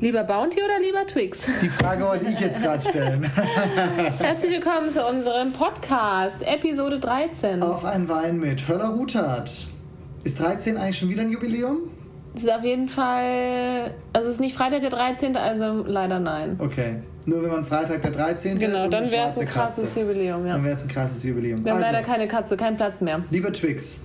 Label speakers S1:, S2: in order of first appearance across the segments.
S1: Lieber Bounty oder lieber Twix?
S2: Die Frage wollte ich jetzt gerade stellen.
S1: Herzlich willkommen zu unserem Podcast, Episode 13.
S2: Auf einen Wein mit Höller Rutert. Ist 13 eigentlich schon wieder ein Jubiläum?
S1: Es ist auf jeden Fall, also es ist nicht Freitag der 13., also leider nein.
S2: Okay. Nur wenn man Freitag der 13.
S1: Genau,
S2: und
S1: dann
S2: eine
S1: wäre es
S2: schwarze
S1: ein krasses
S2: Katze.
S1: Jubiläum, ja.
S2: Dann wäre es ein krasses Jubiläum.
S1: Wir haben leider
S2: Also,
S1: keine Katze, kein Platz mehr.
S2: lieber Twix.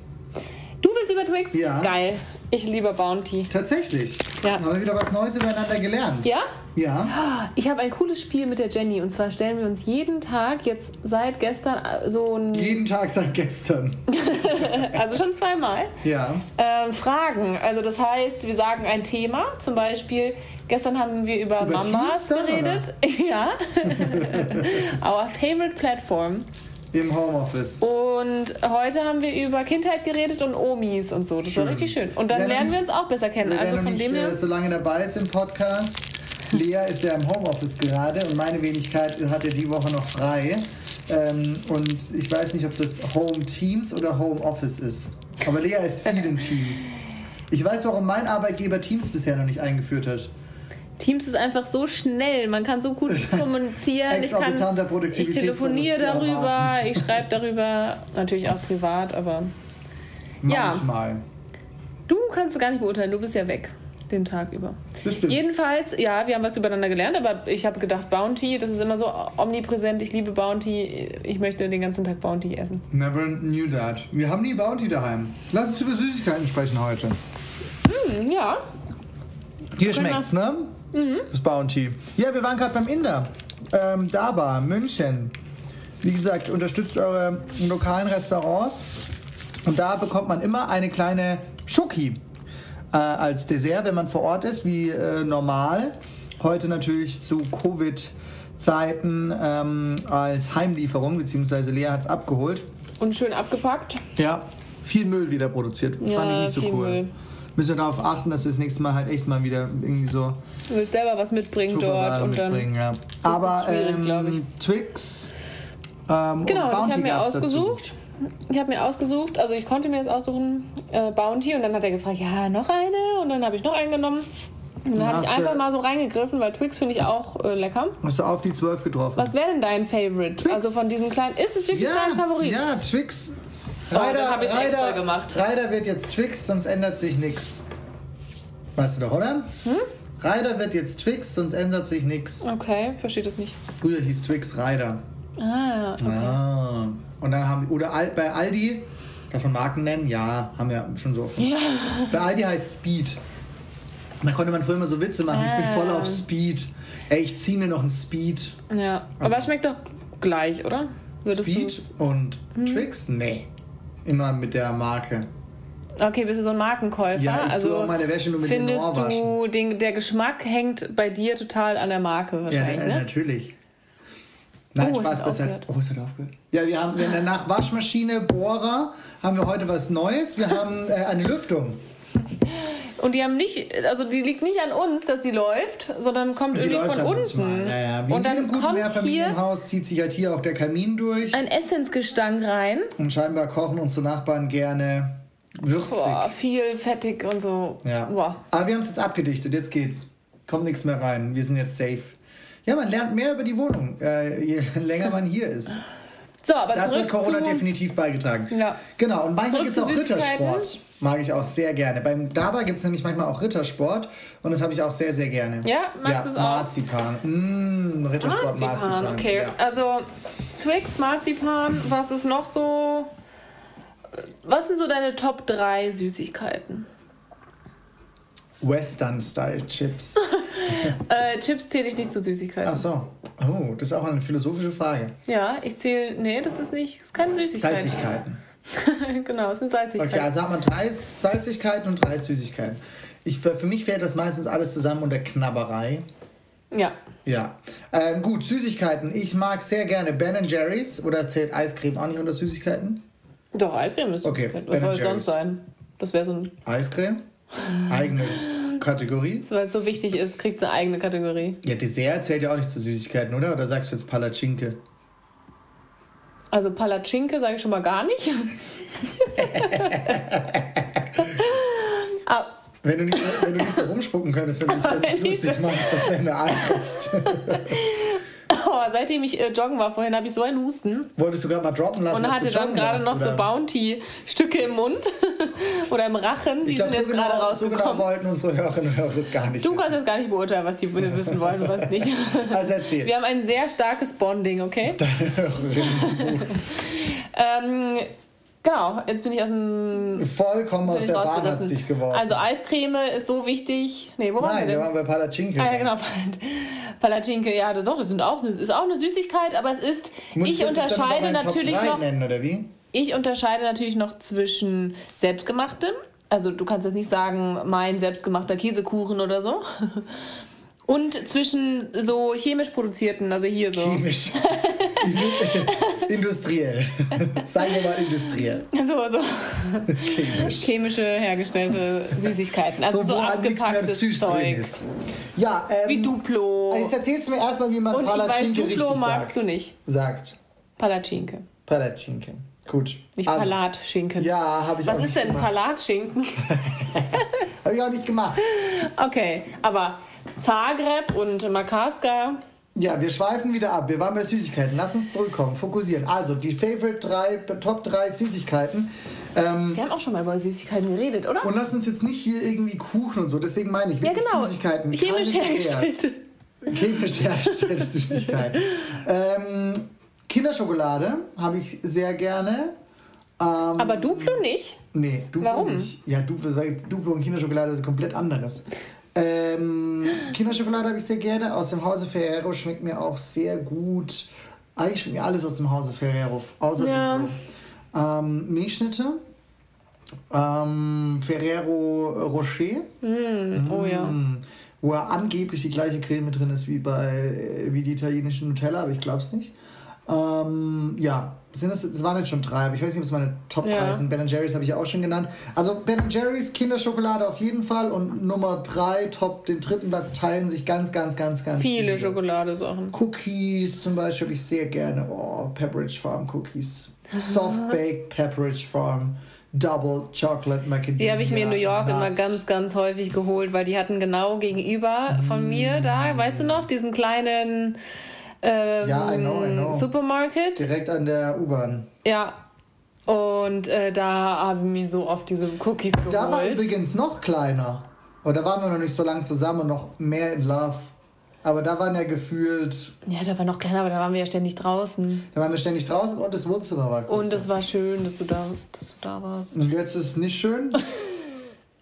S1: Du willst lieber Twix?
S2: Ja.
S1: Geil. Ich lieber Bounty.
S2: Tatsächlich.
S1: Ja.
S2: Haben wir wieder was Neues übereinander gelernt.
S1: Ja? Ah,
S2: Ja.
S1: Ich habe ein cooles Spiel mit der Jenny und zwar stellen wir uns jeden Tag jetzt seit gestern so ein,
S2: Jeden Tag seit gestern.
S1: also schon zweimal,
S2: Ja.
S1: ähm, Fragen. Also das heißt, wir sagen ein Thema, zum Beispiel gestern haben wir über,
S2: Über
S1: Mamas
S2: Teams dann,
S1: geredet. Ja. Our favorite platform.
S2: Im Homeoffice.
S1: Und heute haben wir über Kindheit geredet und Omis und so. Das
S2: Schön.
S1: war richtig schön. Und dann
S2: Wer noch
S1: lernen wir
S2: nicht-
S1: uns auch besser kennen.
S2: Wer
S1: Also
S2: noch
S1: von
S2: nicht
S1: dem her.
S2: äh, so lange dabei ist im Podcast. Lea ist ja im Homeoffice gerade und meine Wenigkeit hatte die Woche noch frei. Ähm, und ich weiß nicht, ob das Home Teams oder Home Office ist. Aber Lea ist viel in Teams. Ich weiß, warum mein Arbeitgeber Teams bisher noch nicht eingeführt hat.
S1: Teams ist einfach so schnell, man kann so gut kommunizieren. Ich, kann,
S2: Exorbitanter
S1: ich
S2: Produktivitätsverlust
S1: telefoniere
S2: zu erwarten.
S1: darüber, ich schreibe darüber, natürlich auch privat, aber Ja.
S2: Manchmal.
S1: du kannst es gar nicht beurteilen, du bist ja weg den Tag über.
S2: Das stimmt.
S1: Jedenfalls, ja, wir haben was übereinander gelernt, aber ich habe gedacht, Bounty, das ist immer so omnipräsent, ich liebe Bounty, ich möchte den ganzen Tag Bounty essen.
S2: Never knew that. Wir haben nie Bounty daheim. Lass uns über Süßigkeiten sprechen heute.
S1: Hm, ja,
S2: Hier schmeckt's, ne?
S1: Mhm.
S2: Das Bounty. Ja, wir waren gerade beim Inder. Ähm, Daba, München. Wie gesagt, unterstützt eure lokalen Restaurants. Und da bekommt man immer eine kleine Schoki äh, als Dessert, wenn man vor Ort ist, wie äh, normal. Heute natürlich zu Covid-Zeiten ähm, als Heimlieferung, beziehungsweise Lea hat's abgeholt.
S1: und schön abgepackt.
S2: Ja, viel Müll wieder produziert.
S1: Ja,
S2: Fand ich nicht so
S1: viel
S2: cool.
S1: Müll.
S2: Müssen wir darauf achten, dass wir das nächste Mal halt echt mal wieder irgendwie so
S1: Du willst selber was mitbringen dort
S2: Tupperware
S1: und dann.
S2: mitbringen. Ja. Aber
S1: schwierig, glaub ich.
S2: ähm, Twix
S1: Genau,
S2: ähm, und
S1: und ich
S2: Bounty
S1: habe mir
S2: gab's dazu.
S1: ausgesucht. Ich habe mir ausgesucht, also ich konnte mir das aussuchen, äh, Bounty. Und dann hat er gefragt, ja, noch eine? Und dann habe ich noch einen genommen. Und dann
S2: Na,
S1: habe ich
S2: hast
S1: einfach
S2: du-
S1: mal so reingegriffen, weil Twix finde ich auch äh, lecker.
S2: Hast du auf die 12 getroffen?
S1: Was wäre denn dein Favorite?
S2: Twix.
S1: Also von diesen kleinen. Ist es wirklich
S2: ja,
S1: dein Favorit? Oh,
S2: ja, Twix.
S1: dann hab ich's extra gemacht.
S2: Ryder wird jetzt Twix, sonst ändert sich nichts. Weißt du doch, oder? Hm? Ryder wird jetzt Twix, sonst ändert sich nichts.
S1: Okay, verstehe das nicht.
S2: Früher hieß Twix Ryder.
S1: Ah, okay.
S2: Ah. Und dann haben, oder Al, bei Aldi, darf man Marken nennen? Ja, haben wir schon so oft.
S1: Ja.
S2: Bei Aldi heißt Speed. Und da konnte man früher immer so Witze machen. Ich bin
S1: Ah.
S2: voll auf Speed. Ey, ich zieh mir noch einen Speed.
S1: ja.
S2: Also-
S1: Aber es schmeckt doch gleich, oder? Würdest Hm?
S2: Speed und Twix? Nee. Immer mit der Marke.
S1: du's- Okay, bist du so ein Markenkäufer?
S2: Ja, ich
S1: also
S2: tue auch meine Wäsche nur mit dem
S1: findest
S2: Ohr waschen.
S1: du, den, der Geschmack hängt bei dir total an der Marke
S2: Ja,
S1: wahrscheinlich,
S2: na-
S1: ne?
S2: natürlich. Nein,
S1: Oh, es
S2: Spaß
S1: hat
S2: besser.
S1: aufgehört.
S2: Oh, es hat aufgehört. Ja, wir haben wir haben nach Waschmaschine, Bohrer, haben wir heute was Neues. Wir haben äh, eine Lüftung.
S1: Und die haben nicht, also die liegt nicht an uns, dass sie läuft, sondern kommt
S2: Die
S1: irgendwie
S2: läuft
S1: von
S2: dann
S1: unten.
S2: manchmal. Ja, ja. Wie
S1: und
S2: in jedem
S1: dann
S2: guten
S1: kommt hier
S2: Mehrfamilienhaus zieht sich halt hier auch der Kamin durch.
S1: ein Essensgestank rein.
S2: Und scheinbar kochen unsere Nachbarn gerne würzig.
S1: Boah, viel fettig und so.
S2: Ja.
S1: Boah.
S2: Aber wir haben es jetzt abgedichtet, jetzt geht's. Kommt nichts mehr rein, wir sind jetzt safe. Ja, man lernt mehr über die Wohnung, äh, je länger man hier ist.
S1: So, aber
S2: Dazu hat
S1: zurück
S2: Corona
S1: zu...
S2: definitiv beigetragen.
S1: Ja.
S2: Genau, und manchmal
S1: Zurück
S2: gibt es
S1: zu
S2: auch
S1: Süßigkeiten.
S2: Rittersport. Mag ich auch sehr gerne. Beim Daba gibt es nämlich manchmal auch Rittersport und das habe ich auch sehr, sehr gerne.
S1: Ja? Magst du es auch?
S2: Marzipan. Mmh, Rittersport Marzipan.
S1: Marzipan, okay.
S2: Ja.
S1: Also Twix, Marzipan, was ist noch so... Was sind so deine Top 3 Süßigkeiten?
S2: Western-Style-Chips.
S1: Äh, Chips zähle ich nicht zu Süßigkeiten.
S2: Ach so. Oh, das ist auch eine philosophische Frage.
S1: Ja, ich zähle... Nee, das ist nicht... Das ist keine Süßigkeit.
S2: Salzigkeiten.
S1: genau, es sind Salzigkeiten.
S2: Okay, also hat man drei Salzigkeiten und drei Süßigkeiten. Ich, für für mich fällt das meistens alles zusammen unter Knabberei. also-
S1: Ja.
S2: Ja. Ähm, gut, Süßigkeiten. Ich mag sehr gerne Ben Jerry's. Oder zählt Eiscreme auch nicht unter Süßigkeiten?
S1: Doch, Eiscreme ist
S2: Okay,
S1: Süßigkeit.
S2: Ben
S1: Was soll es sonst
S2: Jerry's.
S1: sein? Das wäre so ein,
S2: Eiscreme? Eigene Kategorie.
S1: weil es so wichtig ist, kriegt es eine eigene Kategorie.
S2: Ja, Dessert zählt ja auch nicht zu Süßigkeiten, oder? Oder sagst du jetzt Palatschinke?
S1: Also Palatschinke sage ich schon mal gar nicht. ah,
S2: Wenn du nicht so, wenn du nicht so rumspucken könntest, wenn du dich wenn du
S1: Wenn
S2: dich
S1: ich so-
S2: lustig machst, das wäre eine Anrecht.
S1: Oh, seitdem ich äh, joggen war vorhin, habe ich so einen Husten
S2: Wolltest du gerade mal droppen lassen?
S1: und
S2: dass du
S1: hatte dann
S2: joggen
S1: gerade
S2: warst,
S1: noch so
S2: oder?
S1: Bounty-Stücke im Mund oder im Rachen. Die
S2: Ich glaube,
S1: sind
S2: so,
S1: jetzt gerade
S2: genau, so
S1: rausgekommen.
S2: genau wollten unsere Hörerinnen und Hörer es gar nicht.
S1: du
S2: wissen.
S1: kannst jetzt gar nicht beurteilen, was die wissen wollen und was nicht.
S2: Also erzähl.
S1: Wir haben ein sehr starkes Bonding, okay?
S2: Deine Hörerinnen.
S1: Ähm, genau, jetzt bin ich aus dem
S2: Vollkommen aus
S1: bin
S2: der
S1: ich
S2: Bahn hat
S1: rausgerissen.
S2: es dich geworfen.
S1: Also Eiscreme ist so wichtig. Nee, wo waren wir
S2: Nein, wir
S1: denn?
S2: waren bei Palatschinke.
S1: Ah ja, genau, Palat- Palatschinke. Ja, das, doch, das sind auch, das ist auch eine Süßigkeit, aber es ist,
S2: Muss
S1: ich
S2: das jetzt dann bei
S1: unterscheide
S2: meinen Top
S1: natürlich
S2: drei ne?
S1: noch,
S2: nennen, oder wie?
S1: ich unterscheide natürlich noch zwischen selbstgemachtem, also du kannst jetzt nicht sagen, mein selbstgemachter Käsekuchen oder so, und zwischen so chemisch produzierten, also hier so.
S2: Chemisch. Indu- industriell. Sagen wir mal industriell.
S1: So, so
S2: Chemisch.
S1: chemische hergestellte Süßigkeiten. Also so,
S2: So, wo halt nichts mehr
S1: abgepacktes
S2: süß drin
S1: Zeug.
S2: ist. Ja, ähm,
S1: Wie Duplo,
S2: also Jetzt erzählst du mir erstmal, wie
S1: Und
S2: man
S1: ich weiß,
S2: Palatschinke
S1: Duplo
S2: richtig
S1: magst
S2: sagt.
S1: du nicht.
S2: Sagt.
S1: Palatschinke.
S2: Palatschinke. Gut.
S1: Nicht Palatschinken.
S2: Also. Ja, habe ich auch
S1: Was
S2: nicht
S1: ist denn
S2: gemacht.
S1: Palatschinken?
S2: Habe ich auch nicht gemacht.
S1: Okay, aber Zagreb und Makarska.
S2: Ja, wir schweifen wieder ab. Wir waren bei Süßigkeiten. Lass uns zurückkommen. Fokussieren. Also, die Favorite 3, Top 3 Süßigkeiten. Ähm,
S1: Wir haben auch schon mal über Süßigkeiten geredet, oder?
S2: und lass uns jetzt nicht hier irgendwie Kuchen und so. Deswegen meine ich,
S1: ja,
S2: wirklich
S1: genau.
S2: Süßigkeiten.
S1: Chemisch
S2: keine Desserts.
S1: hergestellt.
S2: Chemisch hergestellte Süßigkeiten. Ähm, Kinderschokolade habe ich sehr gerne. Ähm,
S1: Aber Duplo nicht?
S2: nee, Duplo
S1: Warum?
S2: nicht. Ja, Duplo, das war- Duplo und Kinderschokolade ist komplett anderes. Ähm, Kinderschokolade habe ich sehr gerne. Aus dem Hause Ferrero schmeckt mir auch sehr gut. Eigentlich schmeckt mir alles aus dem Hause Ferrero, außer
S1: Ja.
S2: Duplo. Ähm, Milchschnitte. Ähm, Ferrero Rocher.
S1: Oh ja.
S2: Mm, Wo ja angeblich die gleiche Creme drin ist wie bei äh, wie die italienischen Nutella, aber ich glaube es nicht. Ähm, ja, sind das, das waren jetzt schon drei, aber ich weiß nicht, ob es meine Top 3
S1: Ja.
S2: sind. Ben Jerry's habe ich ja auch schon genannt. Also Ben Jerry's Kinderschokolade auf jeden Fall und Nummer 3, Top, den dritten Platz teilen sich ganz, ganz, ganz, ganz
S1: Viele Schokoladesachen.
S2: Cookies zum Beispiel habe ich sehr gerne. Oh, Pepperidge Farm Cookies. Soft Baked Pepperidge Farm Double Chocolate Macadamia.
S1: Die habe ich mir in New York immer
S2: Nuts.
S1: ganz, ganz häufig geholt, weil die hatten genau gegenüber
S2: Mhm.
S1: von mir da, weißt du noch, diesen kleinen ähm,
S2: Ja, I know, I know.
S1: Supermarket.
S2: Direkt an der U-Bahn.
S1: Ja. Und äh, da haben wir so oft diese Cookies geholt.
S2: Da war übrigens noch kleiner. Und da waren wir noch nicht so lange zusammen und noch mehr in Love. Aber da waren ja gefühlt,
S1: ja, da war noch kleiner, aber da waren wir ja ständig draußen.
S2: da waren wir ständig draußen und das Wohnzimmer war groß.
S1: Und es war schön, dass du da, dass du da warst.
S2: und jetzt ist nicht schön.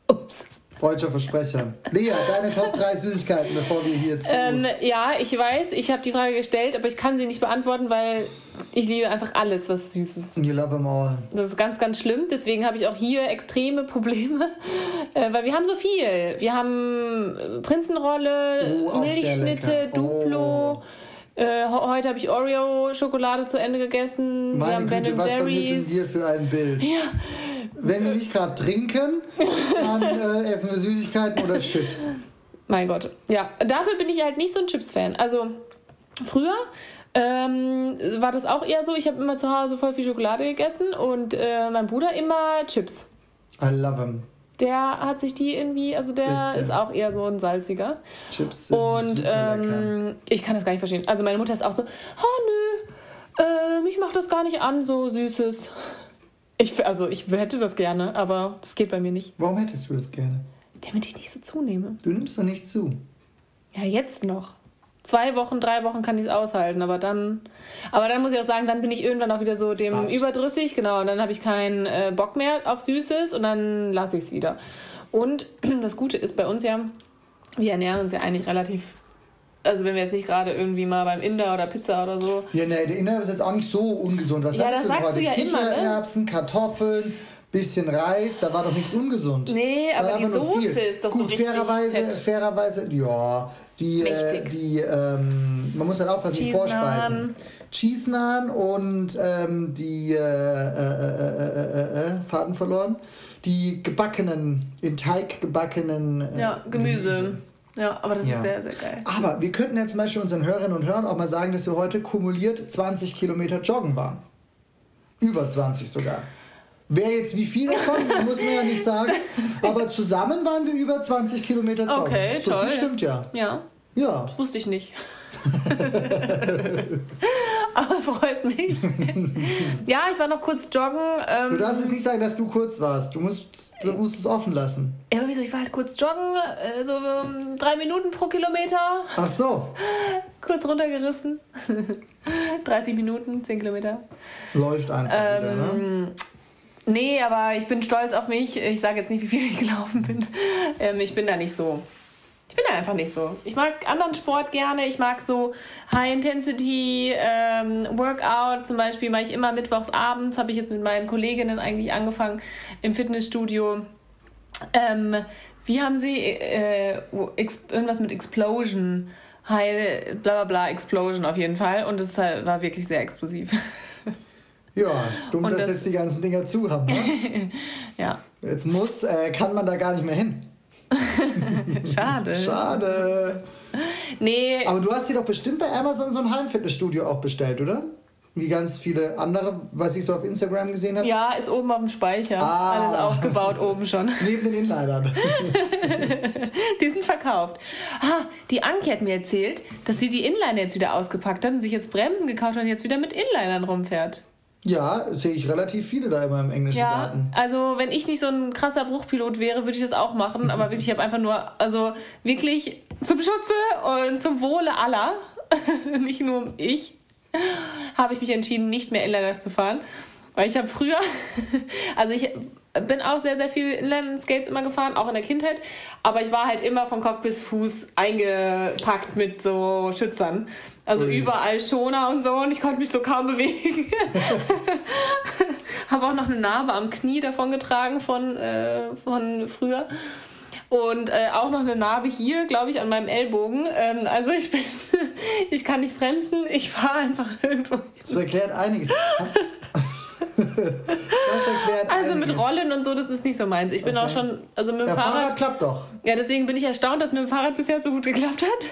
S1: Ups.
S2: Freudscher Versprecher. Lea, deine Top 3 Süßigkeiten, bevor wir hier zu.
S1: Ähm, ja, ich weiß, ich habe die Frage gestellt, aber ich kann sie nicht beantworten, weil ich liebe einfach alles, was süß ist.
S2: You love them all.
S1: Das ist ganz, ganz schlimm. Deswegen habe ich auch hier extreme Probleme, äh, weil wir haben so viel. Wir haben äh, Prinzenrolle,
S2: Oh, auch sehr
S1: Milchschnitte,
S2: lecker. Oh.
S1: Duplo. Äh, ho- heute habe ich Oreo-Schokolade zu Ende gegessen. wir
S2: Meine
S1: haben
S2: Güte,
S1: Ben
S2: was vermitteln
S1: Jerry's.
S2: wir für ein Bild?
S1: Ja,
S2: Wenn wir nicht gerade trinken, dann äh, essen wir Süßigkeiten oder Chips.
S1: Mein Gott. Ja, dafür bin ich halt nicht so ein Chips-Fan. Also früher ähm, war das auch eher so, ich habe immer zu Hause voll viel Schokolade gegessen und äh, mein Bruder immer Chips.
S2: I love them.
S1: Der hat sich die irgendwie, also der
S2: Beste.
S1: ist auch eher so ein salziger.
S2: Chips sind
S1: Und
S2: super lecker.
S1: ähm, ich kann das gar nicht verstehen. Also meine Mutter ist auch so, oh nö, äh, mich macht das gar nicht an, so Süßes. Ich, also ich hätte das gerne, aber das geht bei mir nicht.
S2: Warum hättest du das gerne?
S1: Damit ich nicht so zunehme.
S2: Du nimmst doch nicht zu.
S1: Ja, jetzt noch. Zwei Wochen, drei Wochen kann ich es aushalten, aber dann, aber dann muss ich auch sagen, dann bin ich irgendwann auch wieder so dem
S2: Satt.
S1: überdrüssig, genau, und dann habe ich keinen äh, Bock mehr auf Süßes und dann lasse ich es wieder. Und das Gute ist bei uns ja, wir ernähren uns ja eigentlich relativ, also wenn wir jetzt nicht gerade irgendwie mal beim Inder oder Pizza oder so,
S2: Ja, nee, der Inhalt ist jetzt auch nicht so ungesund. Was
S1: Ja,
S2: hattest
S1: das
S2: du denn
S1: sagst
S2: heute?
S1: du ja immer, ne?
S2: Kichererbsen, Kartoffeln, bisschen Reis, da war doch nichts ungesund.
S1: Nee,
S2: Es war
S1: aber die
S2: einfach nur
S1: Soße
S2: viel.
S1: ist doch so
S2: Gut,
S1: richtig
S2: fairerweise,
S1: fett.
S2: fairerweise, ja, die, äh,
S1: Mächtig.
S2: die, ähm, man muss halt aufpassen, die
S1: Cheese-Naan.
S2: Vorspeisen. Cheese-Naan und ähm, die, äh, äh, äh, äh, äh, äh, Faden verloren, die gebackenen, in Teig gebackenen äh,
S1: ja, Gemüse. Ja, aber das
S2: Ja.
S1: ist sehr, sehr geil.
S2: Aber wir könnten jetzt zum Beispiel unseren Hörerinnen und Hörern auch mal sagen, dass wir heute kumuliert 20 Kilometer joggen waren. Über 20 sogar. Wer jetzt wie viel davon, muss man ja nicht sagen. Aber zusammen waren wir über 20 Kilometer joggen.
S1: Okay,
S2: so
S1: toll.
S2: Viel stimmt ja.
S1: Ja,
S2: Ja.
S1: wusste ich nicht. Aber es freut mich. ja, ich war noch kurz joggen. Ähm,
S2: Du darfst jetzt nicht sagen, dass du kurz warst. Du musst, du musst es offen lassen.
S1: ja, aber wieso? Ich war halt kurz joggen, äh, so ähm, drei Minuten pro Kilometer,
S2: Ach so,
S1: kurz runtergerissen. 30 Minuten, 10 Kilometer.
S2: läuft einfach wieder, ne?
S1: Ähm, nee, aber ich bin stolz auf mich. Ich sage jetzt nicht, wie viel ich gelaufen bin. Ähm, ich bin da nicht so. Ich bin da einfach nicht so. Ich mag anderen Sport gerne. Ich mag so High-Intensity-Workout. Zum Beispiel mache ich immer mittwochs abends, habe ich jetzt mit meinen Kolleginnen eigentlich angefangen im Fitnessstudio. Ähm, wie haben sie äh, wo- ex, irgendwas mit Explosion? High, bla bla bla, Explosion auf jeden Fall. Und es war wirklich sehr explosiv.
S2: Ja, ist dumm,
S1: und
S2: dass
S1: das-
S2: jetzt die ganzen Dinger zu haben. Ne?
S1: ja,
S2: Jetzt muss, äh, kann man da gar nicht mehr hin.
S1: schade.
S2: Schade.
S1: Nee,
S2: Aber du hast dir doch bestimmt bei Amazon so ein Heimfitnessstudio auch bestellt, oder? Wie ganz viele andere, was ich so auf Instagram gesehen habe.
S1: ja, ist oben auf dem Speicher.
S2: Ah.
S1: Alles aufgebaut oben schon.
S2: Neben den Inlinern.
S1: Die sind verkauft. Ah, die Anke hat mir erzählt, dass sie die Inliner jetzt wieder ausgepackt hat und sich jetzt Bremsen gekauft hat und jetzt wieder mit Inlinern rumfährt.
S2: Ja, sehe ich relativ viele da immer im englischen
S1: Ja,
S2: Garten.
S1: also wenn ich nicht so ein krasser Bruchpilot wäre, würde ich das auch machen. Aber wirklich, ich habe einfach nur, also wirklich zum Schutze und zum Wohle aller, nicht nur um ich, habe ich mich entschieden, nicht mehr Inliner zu fahren. Weil ich habe früher, also ich bin auch sehr, sehr viel Inline-Skates immer gefahren, auch in der Kindheit. Aber ich war halt immer von Kopf bis Fuß eingepackt mit so Schützern. Also
S2: Ui.
S1: überall Schoner und so und ich konnte mich so kaum bewegen. Habe auch noch eine Narbe am Knie davon getragen von, äh, von früher. Und äh, auch noch eine Narbe hier, glaube ich, an meinem Ellbogen. Ähm, also ich bin, ich kann nicht bremsen, ich fahre einfach irgendwo.
S2: Das erklärt einiges. Das erklärt
S1: Also
S2: einiges.
S1: mit Rollen und so, das ist nicht so meins. Ich bin
S2: Okay.
S1: auch schon, also mit dem
S2: Ja, Fahrrad
S1: Fahrrad.
S2: klappt doch.
S1: Ja, deswegen bin ich erstaunt, dass mit dem Fahrrad bisher so gut geklappt hat.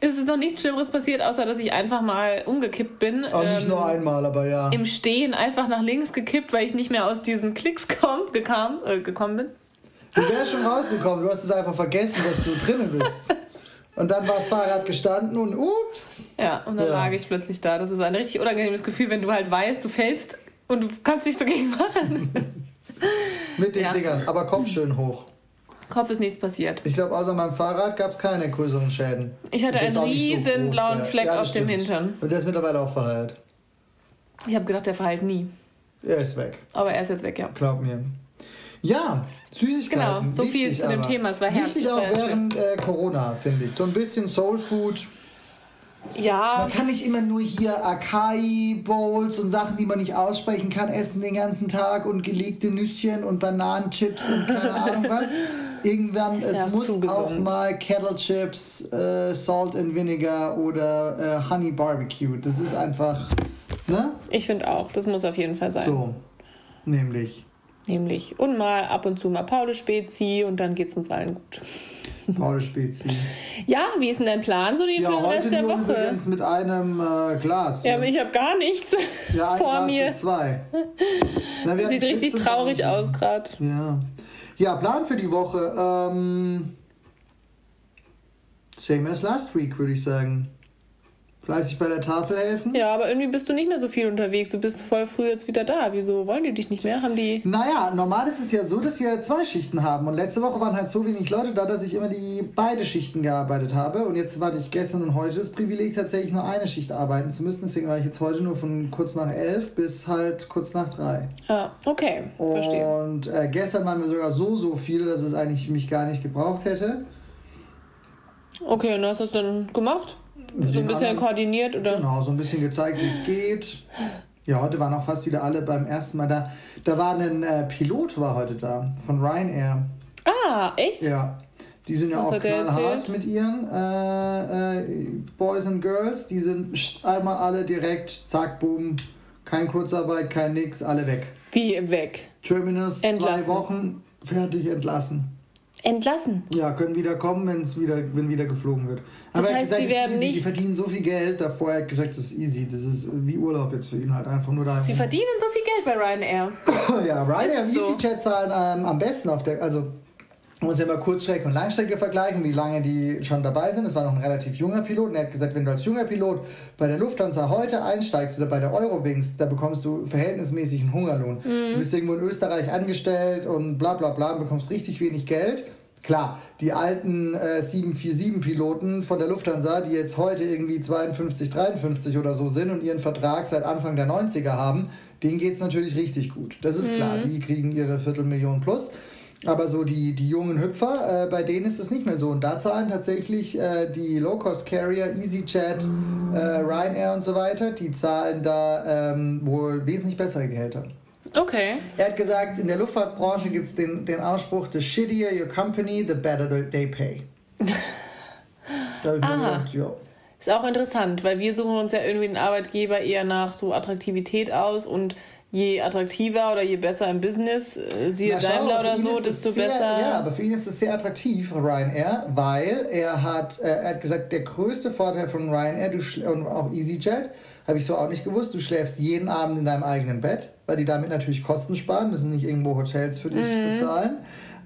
S1: Es ist noch nichts Schlimmeres passiert, außer dass ich einfach mal umgekippt bin.
S2: Auch nicht nur einmal, aber ja.
S1: Ähm, im Stehen einfach nach links gekippt, weil ich nicht mehr aus diesen Klicks komm, gekam, äh, gekommen bin.
S2: Du wärst schon rausgekommen, du hast es einfach vergessen, dass du drinnen bist. Und dann war das Fahrrad gestanden und ups.
S1: Ja, und dann
S2: Ja.
S1: lag ich plötzlich da. Das ist ein richtig unangenehmes Gefühl, wenn du halt weißt, du fällst und du kannst nichts dagegen machen.
S2: Mit den
S1: Ja.
S2: Dingern, aber Kopf schön hoch.
S1: Kopf ist nichts passiert.
S2: Ich glaube, außer meinem Fahrrad gab es keine größeren Schäden.
S1: Ich hatte
S2: Ist jetzt
S1: einen
S2: auch nicht
S1: riesen
S2: groß,
S1: blauen
S2: der-
S1: Fleck
S2: das
S1: auf dem Hintern.
S2: Und der ist mittlerweile auch verheilt.
S1: Ich habe gedacht, der verhält nie.
S2: Er ist weg,
S1: Aber er ist jetzt weg, ja.
S2: glaub mir. Ja, Süßigkeiten.
S1: Genau, so viel
S2: wichtig
S1: zu dem
S2: aber.
S1: Thema, es war
S2: Wichtig
S1: Herbst,
S2: auch
S1: es war
S2: während äh, Corona, finde ich. So ein bisschen Soul Food.
S1: Ja,
S2: Man kann nicht immer nur hier Acai Bowls und Sachen, die man nicht aussprechen kann, essen den ganzen Tag und gelegte Nüsschen und Bananenchips und keine Ahnung was. Irgendwann,
S1: ist
S2: es
S1: ja auch
S2: muss
S1: zu
S2: auch
S1: gesund.
S2: mal Kettle Chips, äh, Salt and Vinegar oder äh, Honey Barbecue. Das ist einfach, ne?
S1: ich finde auch, das muss auf jeden Fall sein.
S2: So, nämlich.
S1: Nämlich. Und mal ab und zu mal Paule Spezi und dann geht's uns allen gut.
S2: Paul Spezi.
S1: Ja, wie ist denn dein Plan so die für
S2: Ja,
S1: den
S2: heute
S1: Rest der
S2: nur
S1: Woche?
S2: übrigens mit einem äh, Glas.
S1: Ja, aber ich habe gar nichts
S2: ja, ein
S1: vor
S2: Glas
S1: mir.
S2: mit zwei. Na, wir
S1: Sieht
S2: hatten
S1: richtig
S2: Spitze-
S1: traurig aus gerade.
S2: Ja. Ja, Plan für die Woche. Ähm, same as last week, würde ich sagen. Fleißig bei der Tafel helfen.
S1: Ja, aber irgendwie bist du nicht mehr so viel unterwegs. Du bist voll früh jetzt wieder da. Wieso wollen die dich nicht mehr? Haben die.
S2: Naja, normal ist es ja so, dass wir zwei Schichten haben. Und letzte Woche waren halt so wenig Leute da, dass ich immer die beide Schichten gearbeitet habe. Und jetzt hatte ich gestern und heute das Privileg, tatsächlich nur eine Schicht arbeiten zu müssen. Deswegen war ich jetzt heute nur von kurz nach elf bis halt kurz nach drei.
S1: Ja, okay. Verstehe.
S2: Und äh, gestern waren wir sogar so, so viele, dass es eigentlich mich gar nicht gebraucht hätte.
S1: Okay, und was hast du denn gemacht? So ein
S2: Den
S1: bisschen
S2: anderen-
S1: koordiniert oder?
S2: Genau, so ein bisschen gezeigt, wie es geht. Ja, heute waren auch fast wieder alle beim ersten Mal da. Da war ein äh, Pilot war heute da von Ryanair.
S1: Ah, echt?
S2: Ja. Die sind ja
S1: Was
S2: auch
S1: hat der
S2: knallhart
S1: erzählt?
S2: mit ihren äh, äh, Boys and Girls. Die sind pst, einmal alle direkt, zack, boom. Kein Kurzarbeit, kein nix, alle weg.
S1: Wie weg?
S2: Terminus,
S1: Entlassen.
S2: zwei Wochen, fertig, entlassen.
S1: Entlassen.
S2: Ja, können wieder kommen, wenn's wieder, wenn wieder geflogen wird.
S1: Das
S2: Aber er hat
S1: heißt,
S2: gesagt,
S1: sie
S2: es ist
S1: werden
S2: easy, die
S1: nicht-
S2: verdienen so viel Geld. Davor hat er gesagt, es ist easy. Das ist wie Urlaub jetzt für ihn halt. Einfach nur da.
S1: Sie verdienen so viel Geld bei Ryanair.
S2: ja, Ryanair und
S1: Ist es so?
S2: EasyJet zahlen ähm, am besten auf der. Also, man muss ja immer Kurzstrecke und Langstrecke vergleichen, wie lange die schon dabei sind. Es war noch ein relativ junger Pilot und er hat gesagt, wenn du als junger Pilot bei der Lufthansa heute einsteigst oder bei der Eurowings, da bekommst du verhältnismäßig einen Hungerlohn. Du bist irgendwo in Österreich angestellt und bla bla bla und bekommst richtig wenig Geld. Klar, die alten äh, 747-Piloten von der Lufthansa, die jetzt heute irgendwie 52, 53 oder so sind und ihren Vertrag seit Anfang der 90er haben, denen geht es natürlich richtig gut. Das ist klar, die kriegen ihre Viertelmillion plus. Aber so die, die jungen Hüpfer, äh, bei denen ist es nicht mehr so. Und da zahlen tatsächlich äh, die Low-Cost-Carrier, EasyJet, äh, Ryanair und so weiter, die zahlen da ähm, wohl wesentlich bessere Gehälter.
S1: Okay.
S2: Er hat gesagt, in der Luftfahrtbranche gibt es den, den Ausspruch, the shittier your company, the better they pay. da hab ich mir
S1: Aha.
S2: gedacht, ja.
S1: Ist auch interessant, weil wir suchen uns ja irgendwie einen Arbeitgeber eher nach so Attraktivität aus und je attraktiver oder je besser im Business, äh, siehe
S2: Na, schau,
S1: Daimler
S2: für
S1: oder
S2: ihn
S1: so,
S2: ist es
S1: desto
S2: sehr,
S1: besser.
S2: Ja, aber für ihn ist es sehr attraktiv, Ryanair, weil er hat, äh, er hat gesagt, der größte Vorteil von Ryanair du schl- und auch EasyJet, habe ich so auch nicht gewusst, du schläfst jeden Abend in deinem eigenen Bett, weil die damit natürlich Kosten sparen, müssen nicht irgendwo Hotels für dich
S1: Mhm.
S2: bezahlen.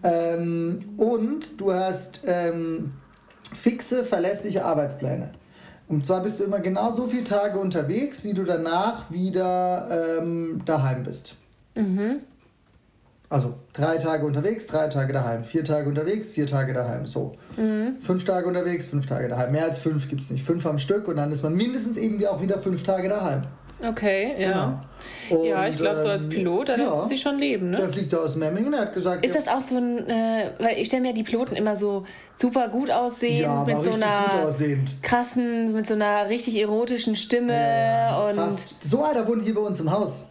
S2: Ähm, und du hast ähm, fixe, verlässliche Arbeitspläne. Und zwar bist du immer genau so viele Tage unterwegs, wie du danach wieder ähm, daheim bist. Also drei Tage unterwegs, drei Tage daheim, vier Tage unterwegs, vier Tage daheim, so.
S1: Mhm.
S2: Fünf Tage unterwegs, fünf Tage daheim. Mehr als fünf gibt es nicht. Fünf am Stück und dann ist man mindestens eben wie auch wieder fünf Tage daheim.
S1: Okay,
S2: Genau.
S1: ja. ja, ich glaube, so als Pilot, da
S2: dann
S1: lässt sie schon leben, ne?
S2: Der fliegt ähm, da aus Memmingen, er hat gesagt,
S1: Ist das auch so ein, äh, weil ich stelle mir die Piloten immer so super gut aussehen,
S2: ja, war
S1: mit so
S2: richtig gut
S1: einer
S2: aussehend.
S1: krassen, mit so einer richtig erotischen Stimme und
S2: Fast. So einer wohnt hier bei uns im Haus.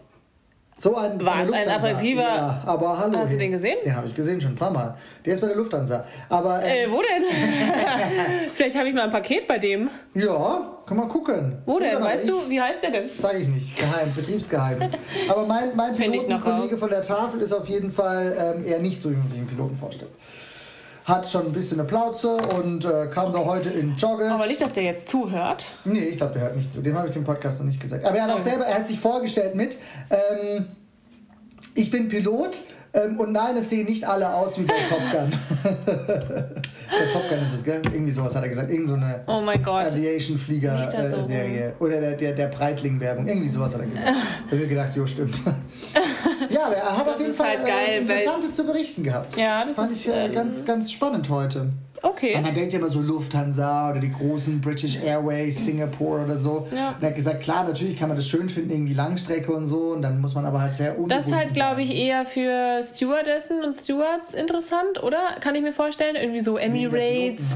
S2: So ein von
S1: War
S2: der
S1: es ein
S2: Lufthansa.
S1: attraktiver-
S2: Ja, aber hallo.
S1: Hast du
S2: hier.
S1: den gesehen?
S2: Den habe ich gesehen, schon ein paar Mal. Der ist bei der Lufthansa. Aber äh,
S1: äh, wo denn? Vielleicht habe ich mal ein Paket bei dem.
S2: ja, kann man gucken.
S1: Wo
S2: Ist gut,
S1: denn?
S2: aber
S1: Weißt
S2: ich-
S1: du, wie heißt der denn?
S2: Sage ich nicht, geheim, Betriebsgeheimnis. Aber mein, mein
S1: find ich noch
S2: Pilotenkollege
S1: raus.
S2: von der Tafel ist auf jeden Fall ähm, eher nicht so, wie man sich einen Piloten vorstellt. Hat schon ein bisschen eine Plauze und äh, kam da heute in Joggers.
S1: Aber nicht, dass der jetzt zuhört.
S2: Nee, ich glaube, der hört nicht zu. Dem habe ich den Podcast noch nicht gesagt. Aber er hat auch selber, er hat sich vorgestellt mit, ähm, ich bin Pilot ähm, und nein, es sehen nicht alle aus wie bei Top Gun. bei Top Gun ist es, gell? Irgendwie sowas hat er gesagt. Irgend so eine
S1: Oh mein Gott. Nicht da so rum.
S2: Aviation-Flieger-Serie. äh, Oder der, der, der Breitling-Werbung. Irgendwie sowas hat er gesagt. Da habe ich gedacht, jo, stimmt. ja, aber er hat auf jeden
S1: ist
S2: Fall
S1: halt geil,
S2: äh,
S1: weil-
S2: Interessantes zu berichten gehabt.
S1: Ja, das
S2: Fand
S1: ist,
S2: ich äh,
S1: ähm,
S2: ganz, ganz spannend heute.
S1: Okay.
S2: Weil man denkt ja immer so Lufthansa oder die großen British Airways, Singapore oder so.
S1: Ja.
S2: Und er hat gesagt, klar, natürlich kann man das schön finden, irgendwie Langstrecke und so. Und dann muss man aber halt sehr
S1: Das ist halt,
S2: ungebunden
S1: glaube ich,
S2: sein.
S1: eher für Stewardessen und Stewards interessant, oder? Kann ich mir vorstellen. Irgendwie so
S2: der
S1: Emirates.
S2: Piloten,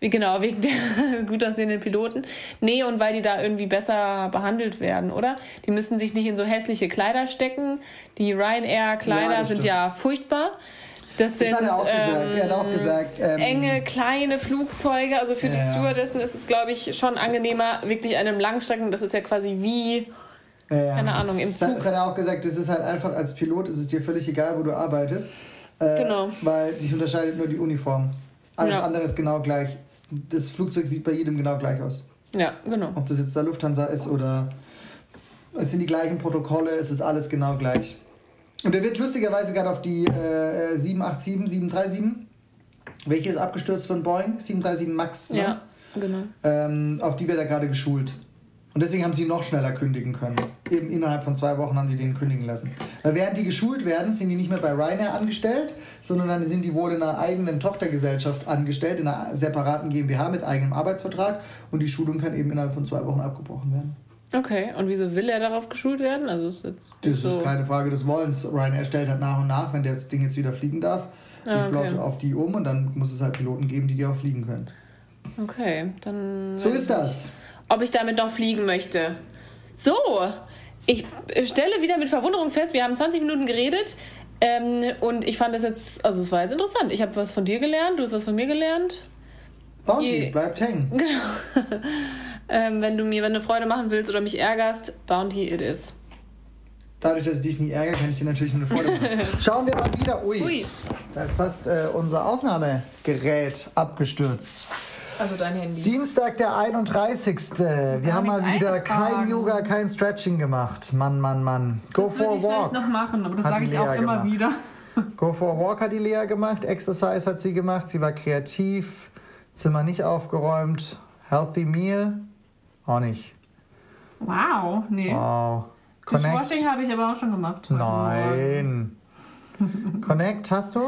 S1: Wie genau, wegen der gut aussehenden Piloten. Nee, und weil die da irgendwie besser behandelt werden, oder? Die müssen sich nicht in so hässliche Kleider stecken. Die
S2: Ja,
S1: Ryanair-Kleider
S2: das
S1: sind
S2: stimmt.
S1: ja furchtbar. Das,
S2: Das
S1: sind
S2: hat er auch gesagt. Er hat auch
S1: ähm,
S2: gesagt, ähm,
S1: enge, kleine Flugzeuge. Also für
S2: Ja.
S1: die Stewardessen ist es, glaube ich, schon angenehmer, wirklich einem Langstrecken. Das ist ja quasi wie,
S2: Ja, ja.
S1: keine Ahnung, im
S2: Das, hat-
S1: Zug.
S2: das hat er auch gesagt, das ist halt einfach, als Pilot ist es dir völlig egal, wo du arbeitest. Äh,
S1: Genau.
S2: Weil dich unterscheidet nur die Uniform. Alles
S1: Ja.
S2: andere ist genau gleich. Das Flugzeug sieht bei jedem genau gleich aus.
S1: Ja, genau.
S2: Ob das jetzt da Lufthansa ist oder es sind die gleichen Protokolle, es ist alles genau gleich. Und er wird lustigerweise gerade auf die äh, äh, 787, 737, welche ist abgestürzt von Boeing? 737 MAX, ne?
S1: Ja, genau.
S2: ähm, auf die wird er gerade geschult. Und deswegen haben sie ihn noch schneller kündigen können. Eben innerhalb von zwei Wochen haben die den kündigen lassen. Weil während die geschult werden, sind die nicht mehr bei Ryanair angestellt, sondern dann sind die wohl in einer eigenen Tochtergesellschaft angestellt, in einer separaten GmbH mit eigenem Arbeitsvertrag. Und die Schulung kann eben innerhalb von zwei Wochen abgebrochen werden.
S1: Okay, und wieso will er darauf geschult werden? Also ist jetzt nicht
S2: Das
S1: so.
S2: ist keine Frage des Wollens. Ryanair stellt halt nach und nach, wenn das Ding jetzt wieder fliegen darf, die
S1: Ah, okay.
S2: Flotte auf die um und dann muss es halt Piloten geben, die die auch fliegen können.
S1: Okay, dann.
S2: So ist das.
S1: Ob ich damit noch fliegen möchte. So, ich stelle wieder mit Verwunderung fest, wir haben 20 Minuten geredet ähm, und ich fand das jetzt, also es war jetzt interessant. Ich habe was von dir gelernt, du hast was von mir gelernt.
S2: Bounty,
S1: Je-
S2: bleibt hängen.
S1: Genau. Ähm, wenn du mir wenn du Freude machen willst oder mich ärgerst, Bounty it is.
S2: Dadurch, dass ich dich nie ärgere, kann ich dir natürlich nur eine Freude machen. Schauen wir mal wieder. Ui.
S1: Ui.
S2: Da Da ist fast äh, unser Aufnahmegerät abgestürzt.
S1: Also dein Handy.
S2: Dienstag, der 31. Wir haben mal
S1: nichts
S2: wieder
S1: eingetragen.
S2: kein Yoga, kein Stretching gemacht. Mann, Mann, Mann. Go
S1: das
S2: for
S1: würde
S2: a
S1: ich vielleicht
S2: walk.
S1: noch machen, aber das
S2: Hat
S1: sage ich auch
S2: Lea
S1: immer
S2: gemacht.
S1: wieder.
S2: Go for a walk hat die Lea gemacht. Exercise hat sie gemacht. Sie war kreativ. Zimmer nicht aufgeräumt. Healthy Meal auch nicht.
S1: Wow, nee.
S2: Wow.
S1: Dishwashing
S2: Connect.
S1: habe ich aber auch schon gemacht. heute Morgen.
S2: Oh, Nein. Connect hast du?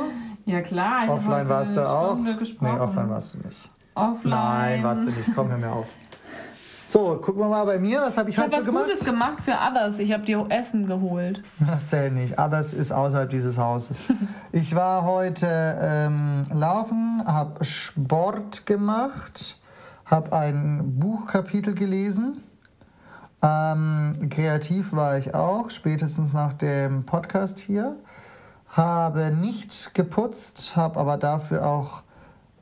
S1: Ja klar, ich habe
S2: Offline
S1: heute
S2: warst du
S1: eine
S2: auch.
S1: Stunde gesprochen.
S2: Nee, offline warst du nicht.
S1: Offline.
S2: Nein, warst du nicht. Komm, hör mir auf. So, gucken wir mal bei mir. Was habe ich,
S1: Ich habe
S2: heute
S1: was
S2: so gemacht?
S1: Gutes gemacht für Others. Ich habe dir Essen geholt.
S2: Das zählt nicht, aber es ist außerhalb dieses Hauses. Ich war heute ähm, laufen, habe Sport gemacht, habe ein Buchkapitel gelesen. Ähm, kreativ war ich auch, spätestens nach dem Podcast hier. Habe nicht geputzt, habe aber dafür auch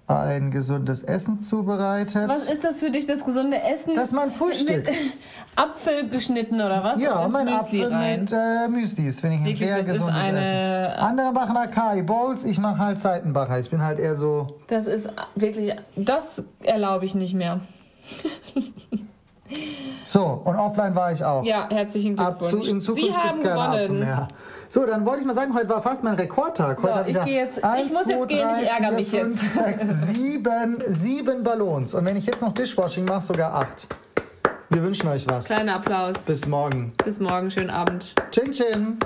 S2: ein gesundes Essen zubereitet.
S1: Was ist das für dich, das gesunde Essen?
S2: das ist mein Frühstück.
S1: Mit Apfel geschnitten oder was?
S2: Ja,
S1: Und
S2: mein
S1: ins Müsli
S2: Apfel
S1: rein.
S2: mit äh, Müsli ist, finde ich, ein
S1: Wirklich,
S2: sehr
S1: das ist
S2: gesundes
S1: eine- äh,
S2: Essen. Andere machen Acai Bowls, ich mache halt Seitenbacher. Ich bin halt eher so,
S1: Das ist wirklich, das erlaube ich nicht mehr.
S2: so, und offline war ich auch.
S1: Ja, herzlichen
S2: Ab zu,
S1: Glückwunsch.
S2: in
S1: Sie
S2: Zukunft gibt
S1: haben
S2: es keine Apfel
S1: gewonnen.
S2: mehr. So, dann wollte ich mal sagen, heute war fast mein Rekordtag. Heute
S1: So,
S2: hab
S1: ich
S2: da
S1: geh jetzt- ich muss jetzt gehen, ich ärgere mich
S2: fünf,
S1: jetzt.
S2: Sechs, sieben, sieben Ballons. Und wenn ich jetzt noch Dishwashing mache, sogar acht. Wir wünschen euch was.
S1: Kleiner Applaus.
S2: Bis morgen.
S1: Bis morgen, schönen Abend.
S2: Tschin, tschin.